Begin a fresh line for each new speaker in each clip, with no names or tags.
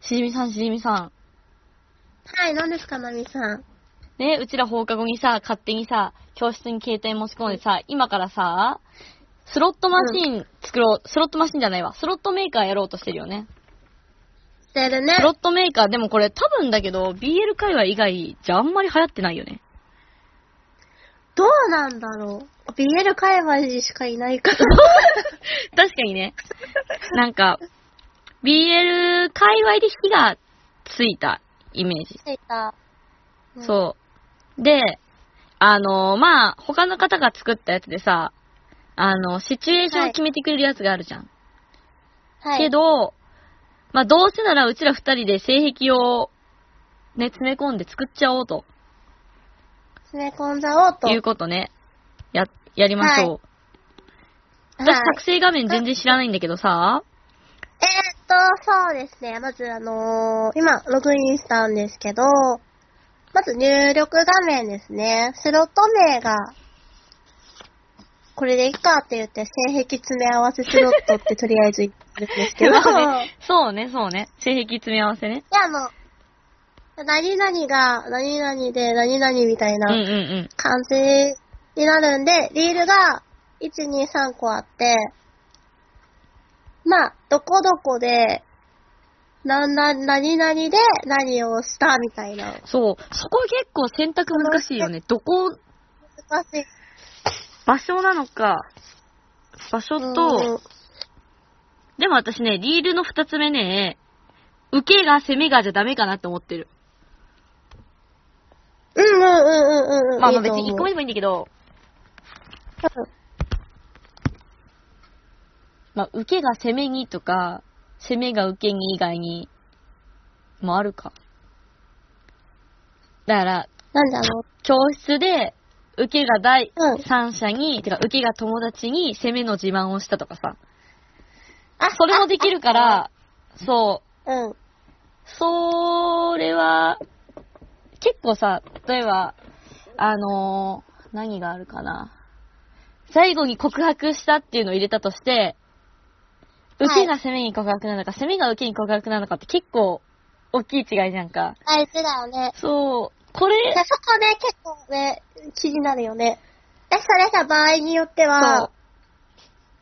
しじみさん、しじみさん。
はい、何ですか、まみさん。
ね、うちら放課後にさ、勝手にさ、教室に携帯持ち込んでさ、今からさ、スロットマシン作ろう、スロットマシンじゃないわ、スロットメーカーやろうとしてるよね。
してるね
ス。ロットメーカー、でもこれ多分だけど、BL 界隈以外じゃあんまり流行ってないよね。
どうなんだろう。BL 界隈にしかいな いから。
確かにね。なんか、BL 界隈で火がついたイメージ。
ついた。うん
そう。で、あのーまあ、他の方が作ったやつでさ、あの、シチュエーションを決めてくれるやつがあるじゃん。
はい。
けど、まあ、どうせならうちら二人で性癖を、ね、詰め込んで作っちゃおうと
詰め込んじゃおうと。
いうことね。や、やりましょう。私、
はい
作成画面全然知らないんだけどさ、
えー、っと、そうですね。まず、あのー今、ログインしたんですけど、まず入力画面ですね。スロット名が、これでいいかって言って、性癖詰め合わせスロットってとりあえず言ってるんですけど、い
そうねそうね、そうね。性癖詰め合わせね。
や、あの、何々が、何々で、何々みたい
うんうん
な
うん。
感じになるんで、リールが、1、2、3個あって、まあ、どこどこで、なんな、何々で何をしたみたいな。
そう。そこ結構選択難しいよね。どこ、
難しい。
場所なのか、場所
うん
と、でも私ね、リールの二つ目ね、受けが攻めがじゃダメかなって思ってる。
うんうんうんうんうん。
まあまあ
いい
別
と思う
に一個目でもいいんだけど、まあ受けが攻めにとか、攻めが受けに以外に、もあるか。だから、
なんだろ
教室で、受けが第
う。うん。
三者に、てか受けが友達に攻めの自慢をしたとかさ、
あ
それもできるか。
あ
ら、そう、
あうん。
それは、結構さ、例えば、あのー何があるかな。最後に告白したっていうのを入れたとして、
はい
受けが攻めに告白なのか、攻めが受けに告白なのかって結構大きい違いじゃんか。
あいつだよね。
そう、こ
で
れ、
そこね、結構ね、気になるよね。え、それさ、場合によって
そ
は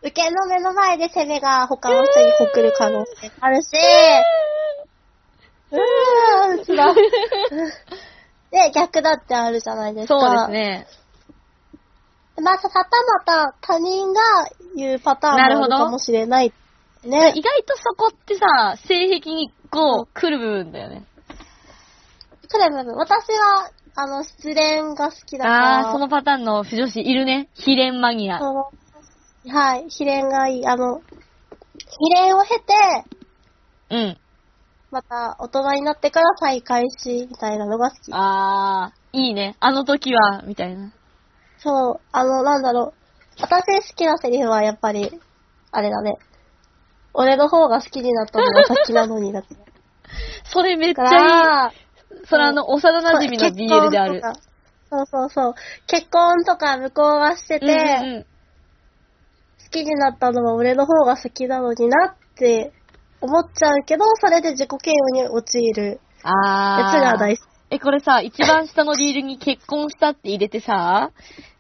う、
受けの目の前で攻めが他の人に送る可能性あるし、うーん、つ ら。で、逆だってあるじゃないですか。
そうです。ね。
まあ、さはたまた他人が言うパターンもあるかもしれない。ね
意。外とそこってさ、性癖にこう、来る部分だよね。
クレムブ、私は、あの、失恋が好きだから。
ああー、そのパターンの不女子いるね。非恋マニア。
その、はい、秘伝がいい。あの、秘伝を経て、
うん。
また大人になってから再会し、みたいなのが好き。
あー、いいね。あの時は、みたいな。
そう、あの、なんだろう。私好きなセリフはやっぱり、あれだね。俺の方が好きになったのが先なのに だって。
それめっち
だか
ゃいい。
ら、
それあの、幼馴染
そう
の BL である
結。婚とかそうそうそう。結婚とか向こうがして
う
て、
んうん
好きになったのは俺の方が好きなのになって思っちゃうけど、それで自己嫌悪に陥るやつ
あ
が
ー。
大好き。
え、これさ、一番下のリールに結婚したって入れてさ、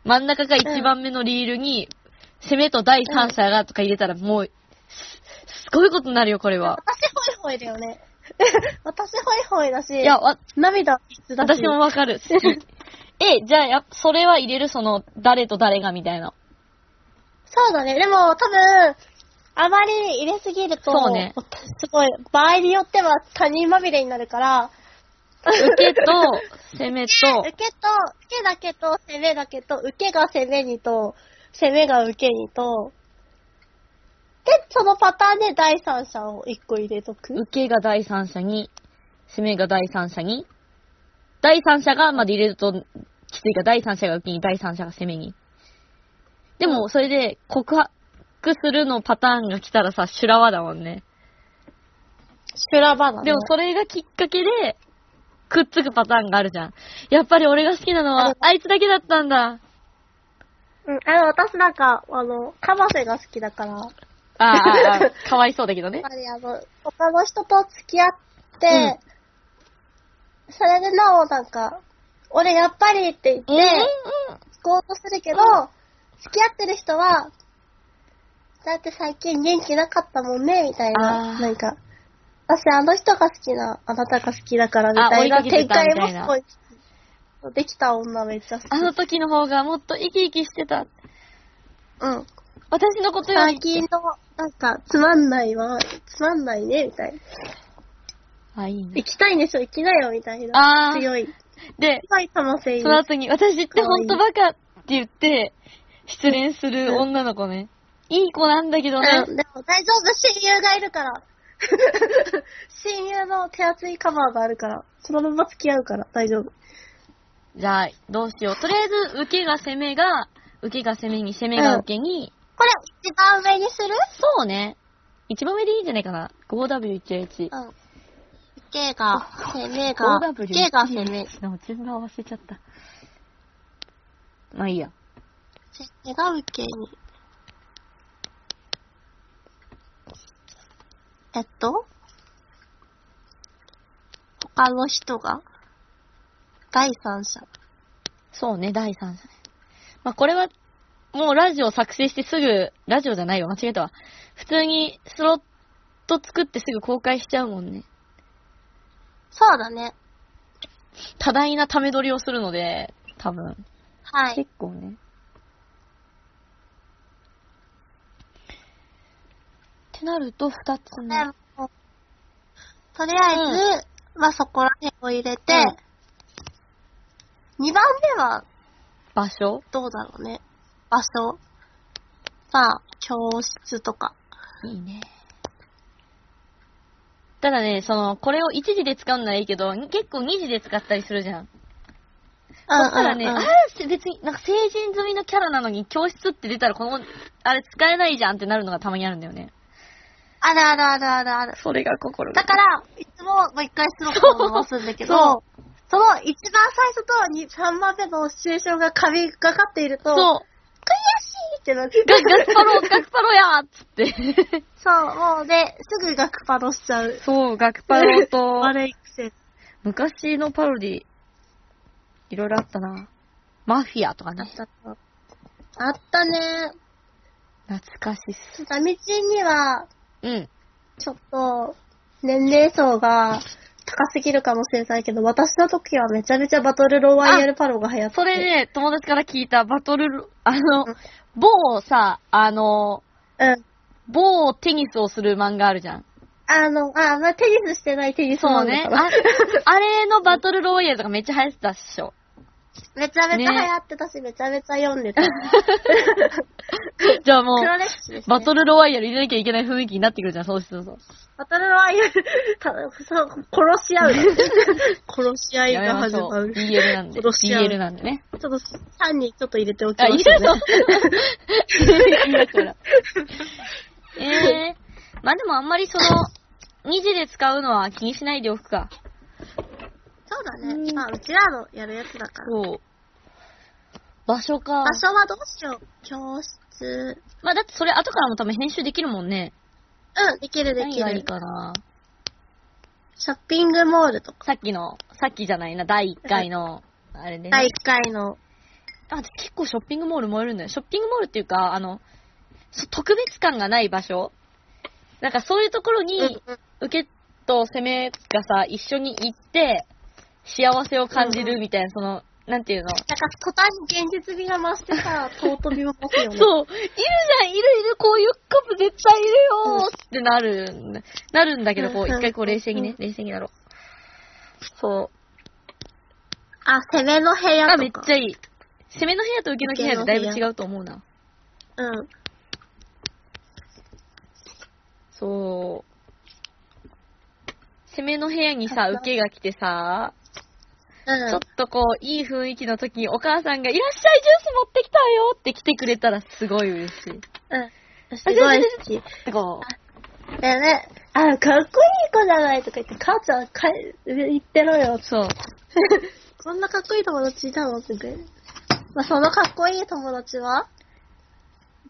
真ん中が一番目のリールに、攻めと第三者がとか入れたらもう、すすごいことになるよ、これは。
私ホイホイだ よね。私ホイホイだし、
いや、わ
涙は必須だし。
私もわか る。好きえ、じゃあ、やっぱそれは入れる、その、誰と誰がみたいな。
そうだね。でも多分、あまり入れすぎると、
そうね
すごい、場合によっては他人まみれになるから、
受け と、攻めと
受、けと、受けだけと、攻めだけと、受けが攻めにと、攻めが受けにと、で、そのパターンで第三者を一個入れとく。
受けが第三者に、攻めが第三者に、第三者がまで入れると、きついが第三者が受けに、第三者が攻めに。でも、それで告白するのパターンが来たらさ、修羅場だもんね。
修羅場だね。
でも、それがきっかけで、くっつくパターンがあるじゃん。やっぱり俺が好きなのは、あいつだけだったんだ。
うん、あの、私なんか、あの、カマセが好きだから、やっ
あーあー、あーかわいそうだけどね。
ぱりあの、他の人と付き合っって、
うん
それでなおなんか、俺やっぱりって言って、聞こうとするけど、付き合ってる人は、だって最近元気なかったもんね、みたい
あ
な。
ー
なんか、私あの人が好きな、あなたが好きだからみ
あ
たいな
追いかけて
展
た
開
み
も
たい
す
な
ごい。できた女めっちゃ好き。
あの時の方がもっと生き生きしてた。
うん。
私のことより
最。近の、なんか、つまんないわ、つまんないね、みたいな。
あ、いいね
行。きたいんでしょ、行きなよ、みたいな。
あー。
強い。
で、
強い魂に。
その後に、私ってほんとバカって言って、失恋する女の子ね。いい子なんだけどね
う。ん、でも大丈夫、親友がいるから。 親友の手厚いカバーがあるから、そのまま付き合うから大丈夫。
じゃあ、どうしよう。とりあえず、受けが攻めが、受けが攻めに、攻めが受けに、
これ、一番上にする
そうね。一番目でいいんじゃないかな。5W1H。
うん。K が、攻め
5W1H。
K が攻め、
しかも順番合わせちゃった。まあいいや。
攻めが受けに。えっと他の人が第三者。
そうね、第三者ね。まあこれは、もうラジオ作成してすぐ、ラジオじゃないわ、間違えたわ。普通にスロット作ってすぐ公開しちゃうもんね。
そうだね。
多大なため撮りをするので、多分。
はい。
結構ね。ってなると、二つ目。
でもとりあえず、まあそこら辺を入れて、2番目は
場所
どうだろうね。場所。さあ、教室とか。
いいね。ただね、その、これを1時で使うならいいけど、結構2時で使ったりするじゃん。
う
そしたらね、
んうんうん
あれ別に、なんか成人済みのキャラなのに教室って出たらこの、あれ使えないじゃんってなるのがたまにあるんだよね。
あるあるあるあるある。
それが心
だから、いつももう一回スロットを回すんだけ
そ
ど、その一番最初とに3番目の抽象が神がかっていると、悔
そう。
しいってなって。
ガガクパロ、ガクパロやーっつって。
そう、もうね、すぐガクパロしちゃう。
そう、ガクパロと、
悪い癖。
昔のパロディ、いろいろあったな。マフィアとか
あ
ね
っ。たなあったね。
懐かしいっす。
ちょっとアミチンには、
うん。
ちょっと、年齢層が高すぎるかもしれないけど、私の時はめちゃめちゃバトルロワイヤルパロが流行って
それ
ね
ね、友達から聞いたバトルロ、あの、某さ、あの、
うん。
某テニスをする漫画あるじゃん。
あの、あ、まあ、テニスしてないテニス
そう
漫
ね
画。かな
ああれのバトルロイヤルとかめっちゃ流行ってたっしょ。
めちゃめちゃ流
ね
行ってたし、めちゃめちゃ読ん でた。
じゃあもう、
黒歴史です、ね。
バトルロワイヤル入れなきゃいけない雰囲気になってくるじゃん、そうすると。
バトルロワイヤル、たそう殺し合う。殺し合い
やめ
が
まし
始
ょ
ま
う。
る。
BL なんで。
殺し合う
BL なんでね。
ちょっと3人ちょっと入れておきま
あ、
しょう、
い
ね。
るのいいやから。 ええー。まあでもあんまりその、2時で使うのは気にしないでおくか。
そうだ
う
ね。
ん
まあ、うちらのやるやつだから。
そう。場所か。
場所はどうしよう。教室。
まあだってそれ後からも多分編集できるもんね。
うん、できるで
何
き
がいい
る。
かな。
ショッピングモールとか。
さっきの、さっきじゃないな、第1回の、あれね。
第1回の。
あ、私結構ショッピングモール燃えるんだよ。ショッピングモールっていうか、あの、そ特別感がない場所なんかそういうところ
うん
に、受けと攻めがさ、一緒に行って、幸せを感じるみたいな、その、なんていうの。
なんか、途端に現実味が増して さ、尊びを持つよね。う。
そう、いるじゃん、いるいる、こういうカップ絶対いるよーってなるんだ、なるんだけど、こう、
うんうん
一回こう冷静にね
う、ん
冷静になろう。そう。
あ、攻めの部屋とか。
あ、めっちゃいい。攻めの部屋と受けの部屋でだいぶ違うと思うな。
うん。
そう。攻めの部屋にさ、受けが来てさ、
うん。
ちょっとこう、いい雰囲気の時にお母さんが、いらっしゃい、ジュース持ってきたよって来てくれたらすごい嬉しい。
うん。すごい好き。
こ
だよね。あ、かっこいい子じゃないとか言って、母ちゃん、かえ、言ってろよ
う。。そう。
そんなかっこいい友達いたのってくまあ、そのかっこいい友 達は、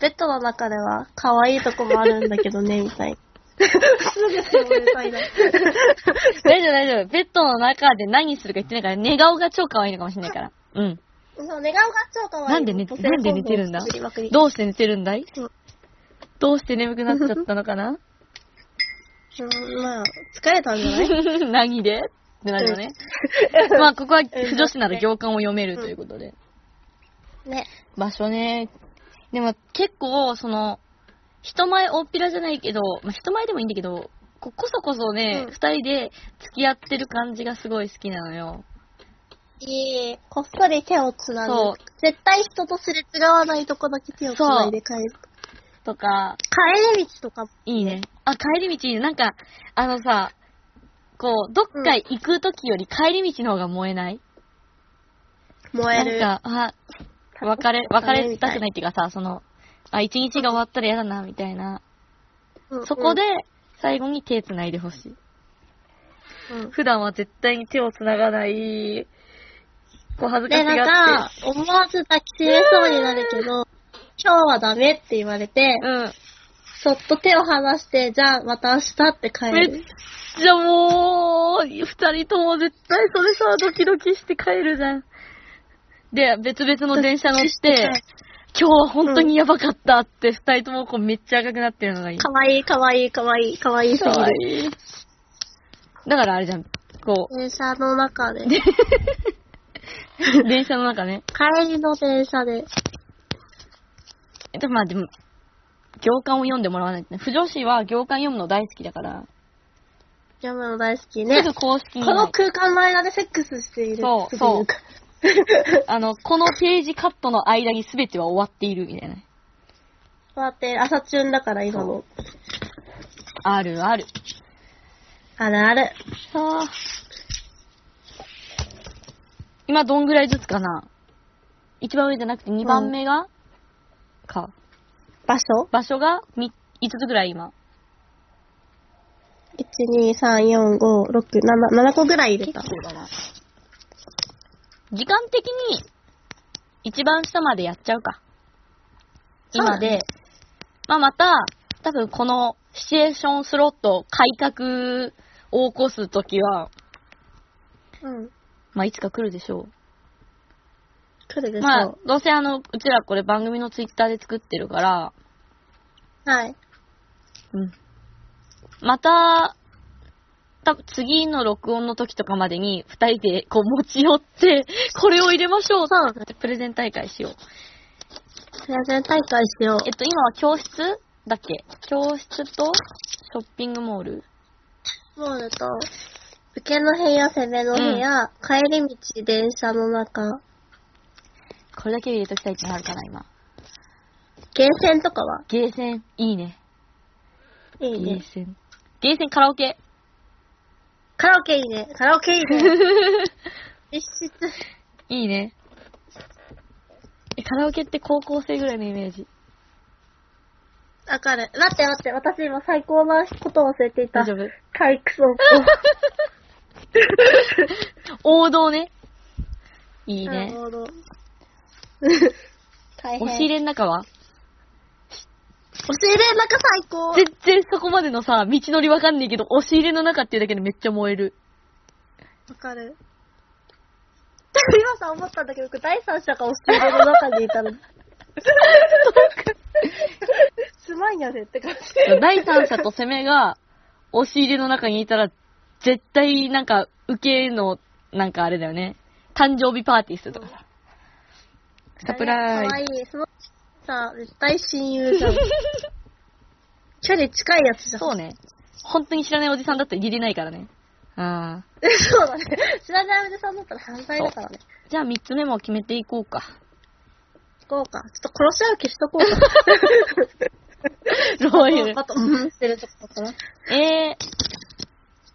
ベッドの中では可愛いとこもあるんだけどね、みたいな。すべてを終えたいな。
大丈夫大丈夫。ベッドの中で何するか言ってないから、寝顔が超可愛いのかもしれないから。うん。
そう、寝顔が超可愛い。
なんで寝て、なんで寝てるんだ
作りまくり
どうして寝てるんだい
そう
どうして眠くなっちゃったのかな
うんまあ、疲れたんじゃ ない
何でってなるよね。まあ、ここは女子なら行間を読めるということで。
ね。
場所ね。でも結構、その、人前大っぴらじゃないけど、まあ、人前でもいいんだけど、ここそこそね、
うん
二、人で付き合ってる感じがすごい好きなのよ。
いい、こっそり手をつなぐ
そう。
絶対人とすれ違わないとこだけ手をつないで帰る。
とか、
帰り道とかも、
いいね。あ、帰り道いいね、なんか、あのさ、こう、どっか行く時より帰り道の方が燃えない、
燃える。
なんか、あ、別 れ、別れたくないっていうかさ、その、あ、一日が終わったら嫌だな、みたいな。
うん
そこで、、最後に手繋いでほしい。
うん
普段は絶対に手を繋がない、こう恥ずか
で、
しがって。
なんか、思わず抱きしめそうになるけど、今日はダメって言われて、
うん。
そっと手を離して、じゃあまた明日って帰
めっ
る。
ちゃもう、二人とも絶対それさ、ドキドキして帰るじゃん。で、別々の電車乗っ て、今日は本当にやばかったって、二人ともこうめっちゃ赤くなってるのがいい。
かわいいかわいいかわいいかわいいすぎ
可愛
る。
いだからあれじゃん。こ
電車の中で、
う、 電車の中ね。
帰りの電車で、
えっと、まあでも、行間を読んでもらわないとね。不女子は行間読むの大好きだから、
読むの大好き
す
ね
ぐ。公式に
この空間の間でセックスしている。
そう そうあの、このページカットの間に全ては終わっているみたいな。
だって、朝チュンだから今の。
あるある。
あるある。
さあ。今どんぐらいずつかな一番上じゃなくて二番目が、か。
場所
場所がみ五つぐらい今。
?1,2,3,4,5,6,7,7 個ぐらい入れた。
だな。時間的に、一番下までやっちゃうか。
そうだ
今
ね
で、まあまた、多分このシチュエーションスロット改革を起こすときは、
うん。
まあいつか来るでしょ
来る
う。
でしょ。
まあ、どうせあの、うちらこれ番組のツイッターで作ってるから、
はい。
うん。また、多分次の録音の時とかまでに、二人でこう持ち寄って、 これを入れましょう
そう
ってプレゼン大会しよう。
プレゼン大会しよう
えっ。と、今は教室だっけ教室とショッピングモール
モールと、受けの部屋、攻めの部屋、帰り道、電車の中、
これだけ入れときたいってのあるかな、今。
ゲーセンとかは
ゲーセン、いいね。
いい
ゲー
ね。
セン。ゲーセンカラオケ。
カラオケいいね。カラオケいいね。 実質。
いいね。え、カラオケって高校生ぐらいのイメージ。
わかる。待って待って、私今最高なことを忘れていた。
大丈夫
体育倉
王道ね。いい
庫。なる
ね。
ほど。大変。
押し入れの中は
押し入れの中最高。
全然そこまでのさ、道のりわかんねえけど、押し入れの中っていうだけでめっちゃ燃える。
わかる。でも今さ、思ったんだけど、僕第三者が押し入れの中に いたの。すまんやでって感じ。
第三者と攻めが、押し入れの中にいたら、絶対、なんか、受けの、なんかあれだよね。誕生日パーティーするとかさ。サプラ
かわい
イ
い。その、さ、絶対親友じゃん。距離近いやつじ
ズ。
ゃん。
そうね。本当に知らないおじさんだったら入れないからね。あー
えそうだね。知らないおじさんだったら犯罪だからね。
じゃあ三つ目も決めていこうか。
行こうか。ちょっと殺し合う消しとこうか。
そうい
そうう。かと、うん、してるとこかな。
え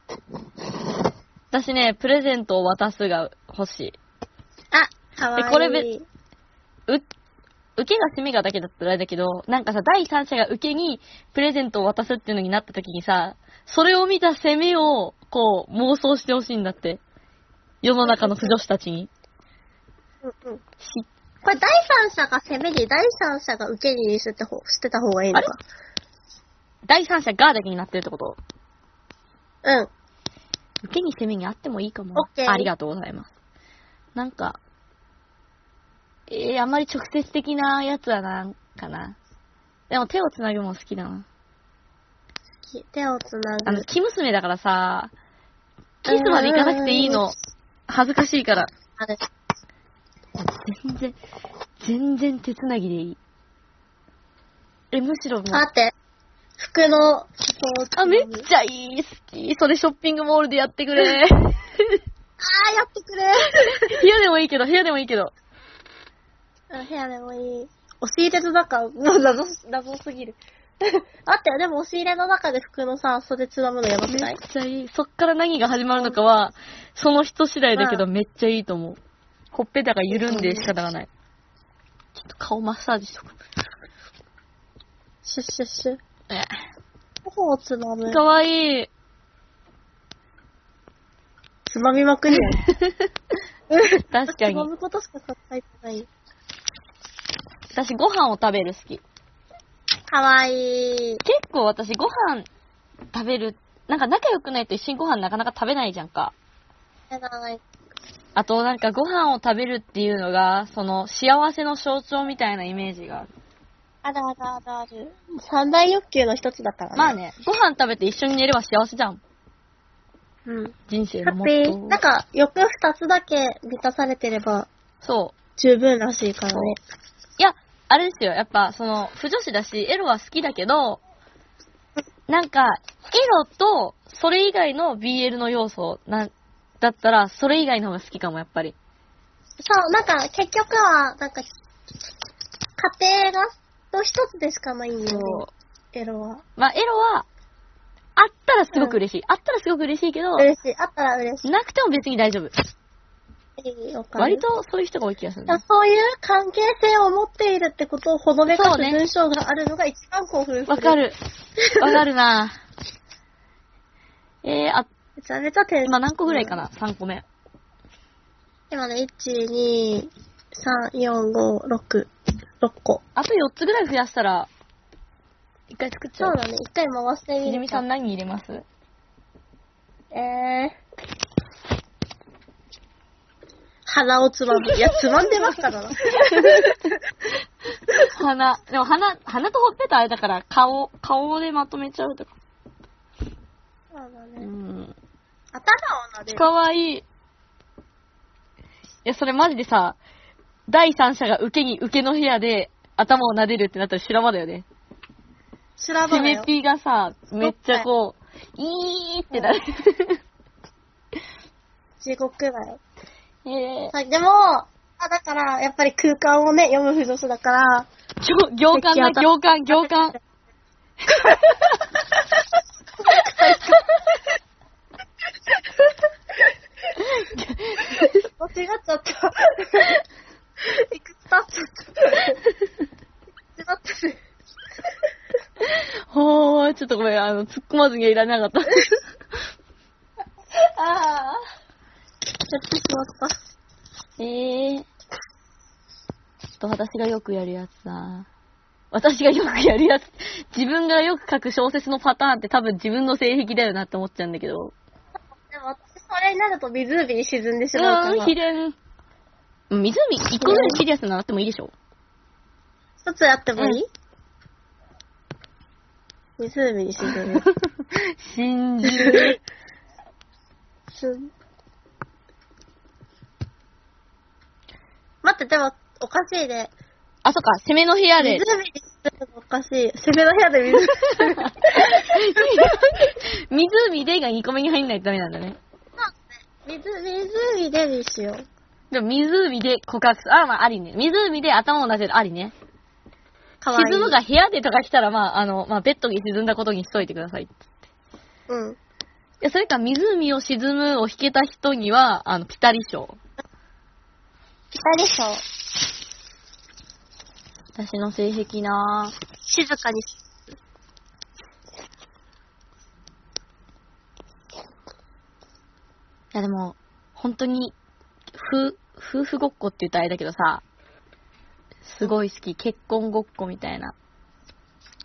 ー。私ね、プレゼントを渡すが欲しい。
あ、かわいい。
えこれべう、受けが攻めがだけだったらあれだけど、なんかさ、第三者が受けにプレゼントを渡すっていうのになった時にさ、それを見た攻めを、こう、妄想してほしいんだって。世の中の不女子たちに。
うんうん。これ第三者が攻めに、第三者が受けにしてた方、してた方がいいのか。
第三者がだけになってるってこと
うん。
受けに攻めにあってもいいかも。
OK
ありがとうございます。なんか、えー、あんまり直接的なやつはなんかな。でも手をつなぐのも好きだな。
き手をつな
あの、
ぐ。
生娘だからさ、キスまで行かなくていいの。恥ずかしいから。
あれ
全然、全然手つなぎでいい。え、むしろもう、
待って。服の、そう
あ、めっちゃいい、好き。それショッピングモールでやってく れ。
あー、やってくれ。
部屋でもいいけど、部屋でもいいけど。
うん、部屋でもいい。押し入れの 中、もう謎、謎す ぎる。あって、でも押し入れの中で服のさ、袖つまむのやばく
め
ない
っちゃいい。そっから何が始まるのかは、その人次第だけど、
う
めっちゃいいと思う。ほっぺたが緩んで仕方がない。ちょっと顔マッサージしとく。
シュッシュッシュ。
え
頬をつまむ。
かわいい。
つまみまくり やん。
確か
つま
に。
むことしか考えてない。
私、ご飯を食べる好き。
かわいい。
結構私、ご飯食べる、なんか仲良くないと一緒にご飯なかなか食べないじゃんか。
かわいい。
あと、なんかご飯を食べるっていうのが、その、幸せの象徴みたいなイメージがある。
あるあるあるある。三大欲求の一つだからね。
まあ。ね、ご飯食べて一緒に寝れば幸せじゃん。
うん。
人生
ハ
の
ッ
も
ピ
っ
ー。なんか、欲二つだけ満たされてれば
そう。
十分らしいからね。
いや、あれですよ。やっぱ、その、不女子だし、エロは好きだけど、なんか、エロと、それ以外の BL の要素なんだったら、それ以外の方が好きかも、やっぱり。
そう、なんか、結局は、なんか、家庭が、の一つでしかないんだよね。エロは。
まあ、エロは、あったらすごく嬉しい。あったらすごく嬉しいけど、
嬉しい。あったら嬉し
なくても別に大丈夫。
い。わかる
割とそういう人が多い気がする
だから
な。
そういう関係性を持っているってことをほのめか
そ
す
うね
文章があるのが一番興奮する。
わか。る。 わかるなえー、あ、
めちゃめちゃテンション
今何個ぐらいかな ?3 個目。
今ね、1、2、3、4、5、6。6個。
あと4つぐらい増やしたら、一回作っちゃ
そうう。だね。一回回してみる。
ひじみさん何入れます
えー。鼻をつまむ。いや、つまんでますからな。
鼻。でも鼻、鼻とほっぺたあれだから、顔、顔でまとめちゃうとか。
そうだ
う
ね。
ん。
頭を撫でる。
かわいい。いや、それマジでさ、第三者が受けに受けの部屋で頭を撫でるってなったら修羅場だよね。
修羅場
セ
だ
メ
よ。
ピがさ、めっちゃこう、いーってなる。
地獄だよ。
えー、
はい、でも、あ、だから、やっぱり空間をね、読む不女子だから、
行行間だ、行間、行間。
間違っちゃった。いくつ経 っちゃった。間違ったね。
ほー、ちょっとごめん、あの、突っ込まずにはいられなかった。
ああ。やってしまった。
ええちょっと私がよくやるやつだ。私がよくやるやつ。自分がよく書く小説のパターンって多分自分の性癖だよなって思っちゃうんだけど。
でも私、それになると湖に沈んでし
う
ま
ー
うか
ん、
ら。
秘
一
伝。湖、一個ぐらいシリアスなのあってもいいでしょ
つやってもいい、湖に沈む。
信じる。
待って、でも、おかしいね。
あ、そっか、攻めの部屋で。
湖に沈むのおかしい。攻めの部屋で 湖。
湖でが2個目に入んないとダメなんだね。
水、湖でにしよう。
でも湖で告白する。あ、まあ、ありね。湖で頭を出せる。ありね。
かわいい。
沈むが部屋でとか来たら、まあ、あの、まあ、ベッドに沈んだことにしといてください。
うん。
いや、それか、湖を沈むを弾けた人には、あの、ピタリ賞。
ピタリ賞。
私の性癖なぁ。
静かに。
いや、でも、本当に、夫、夫婦ごっこって言ったらあれだけどさ、すごい好き。結婚ごっこみたいな。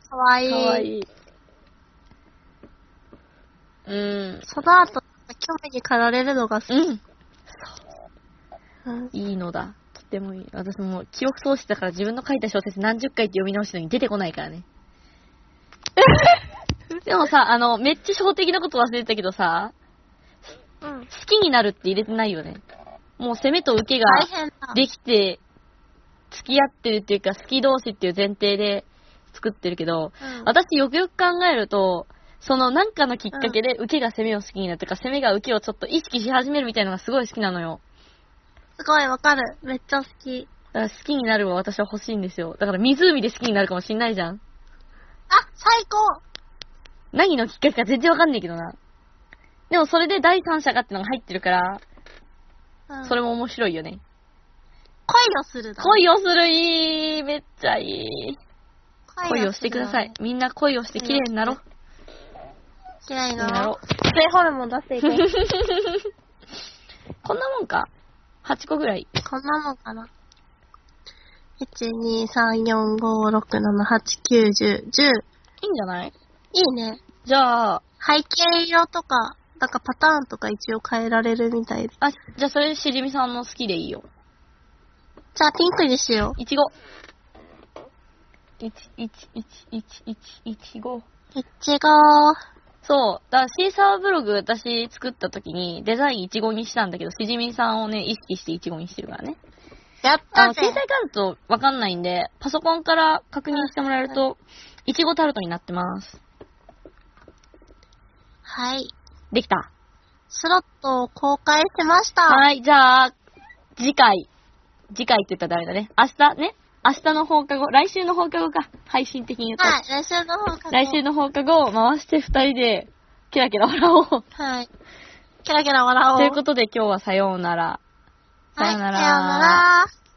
かわ
か
いい。
わいい。うん。
その後、興味に駆られるのが好き。
うん。
うん
いいのだ。とってもいい。私も記憶喪失だから自分の書いた小説何十回って読み直したのに出てこないからね。でもさ、あの、めっちゃ初歩的なこと忘れてたけどさ、
う
好
ん。
きになるって入れてないよね。もう攻めと受けが
大変だ。
できて、付き合ってるっていうか、好き同士っていう前提で作ってるけど、
うん
私よくよく考えると、そのなんかのきっかけで受けが攻めを好きになるとか、攻めが受けをちょっと意識し始めるみたいなのがすごい好きなのよ。
すごいわかる。めっちゃ好き。
だから好きになるは私は欲しいんですよ。だから湖で好きになるかもしんないじゃん。
あ、最高
何のきっかけか全然わかんないけどな。でもそれで第三者がってのが入ってるから、
うん
それも面白いよね。
恋をするだ。
恋をするいいめっちゃいい。
恋
恋をしてください。みんな恋をして綺麗になろう。
嫌い
綺麗にな
な。
ろう。
性ホルモン出していく。
こんなもんか。8個ぐらい。
こんなもんかな。
い
1,2,3,4,5,6,7,8,9,10,10.
いんじゃない
いいね。
じゃあ、
背景色とか、なんかパターンとか一応変えられるみたいで。
あ、じゃあそれしじみさんの好きでいいよ。
じゃあピンクにしよ
いちご。いち、いち、いち、いち、いち、いちご。
う。いちごー。
そう。だからシーサーブログ私作った時にデザインイチゴにしたんだけど、しじみさんをね、意識してイチゴにしてるからね。
やっ
あ
た
の、
ぜ
携帯タルトわかんないんで、パソコンから確認してもらえると、イチゴタルトになってます。
はい。
できた。
スロットを公開しました。
はい、じゃあ、次回。次回って言ったらダメだね。明日ね。明日の放課後、来週の放課後か。配信的に言うと。
はい。来週の方から。
来週の放課後を回して二人で、キラキラ笑おう。
はい。キラキラ笑おう。
ということで今日はさようなら。さようなら
はい、さようなら。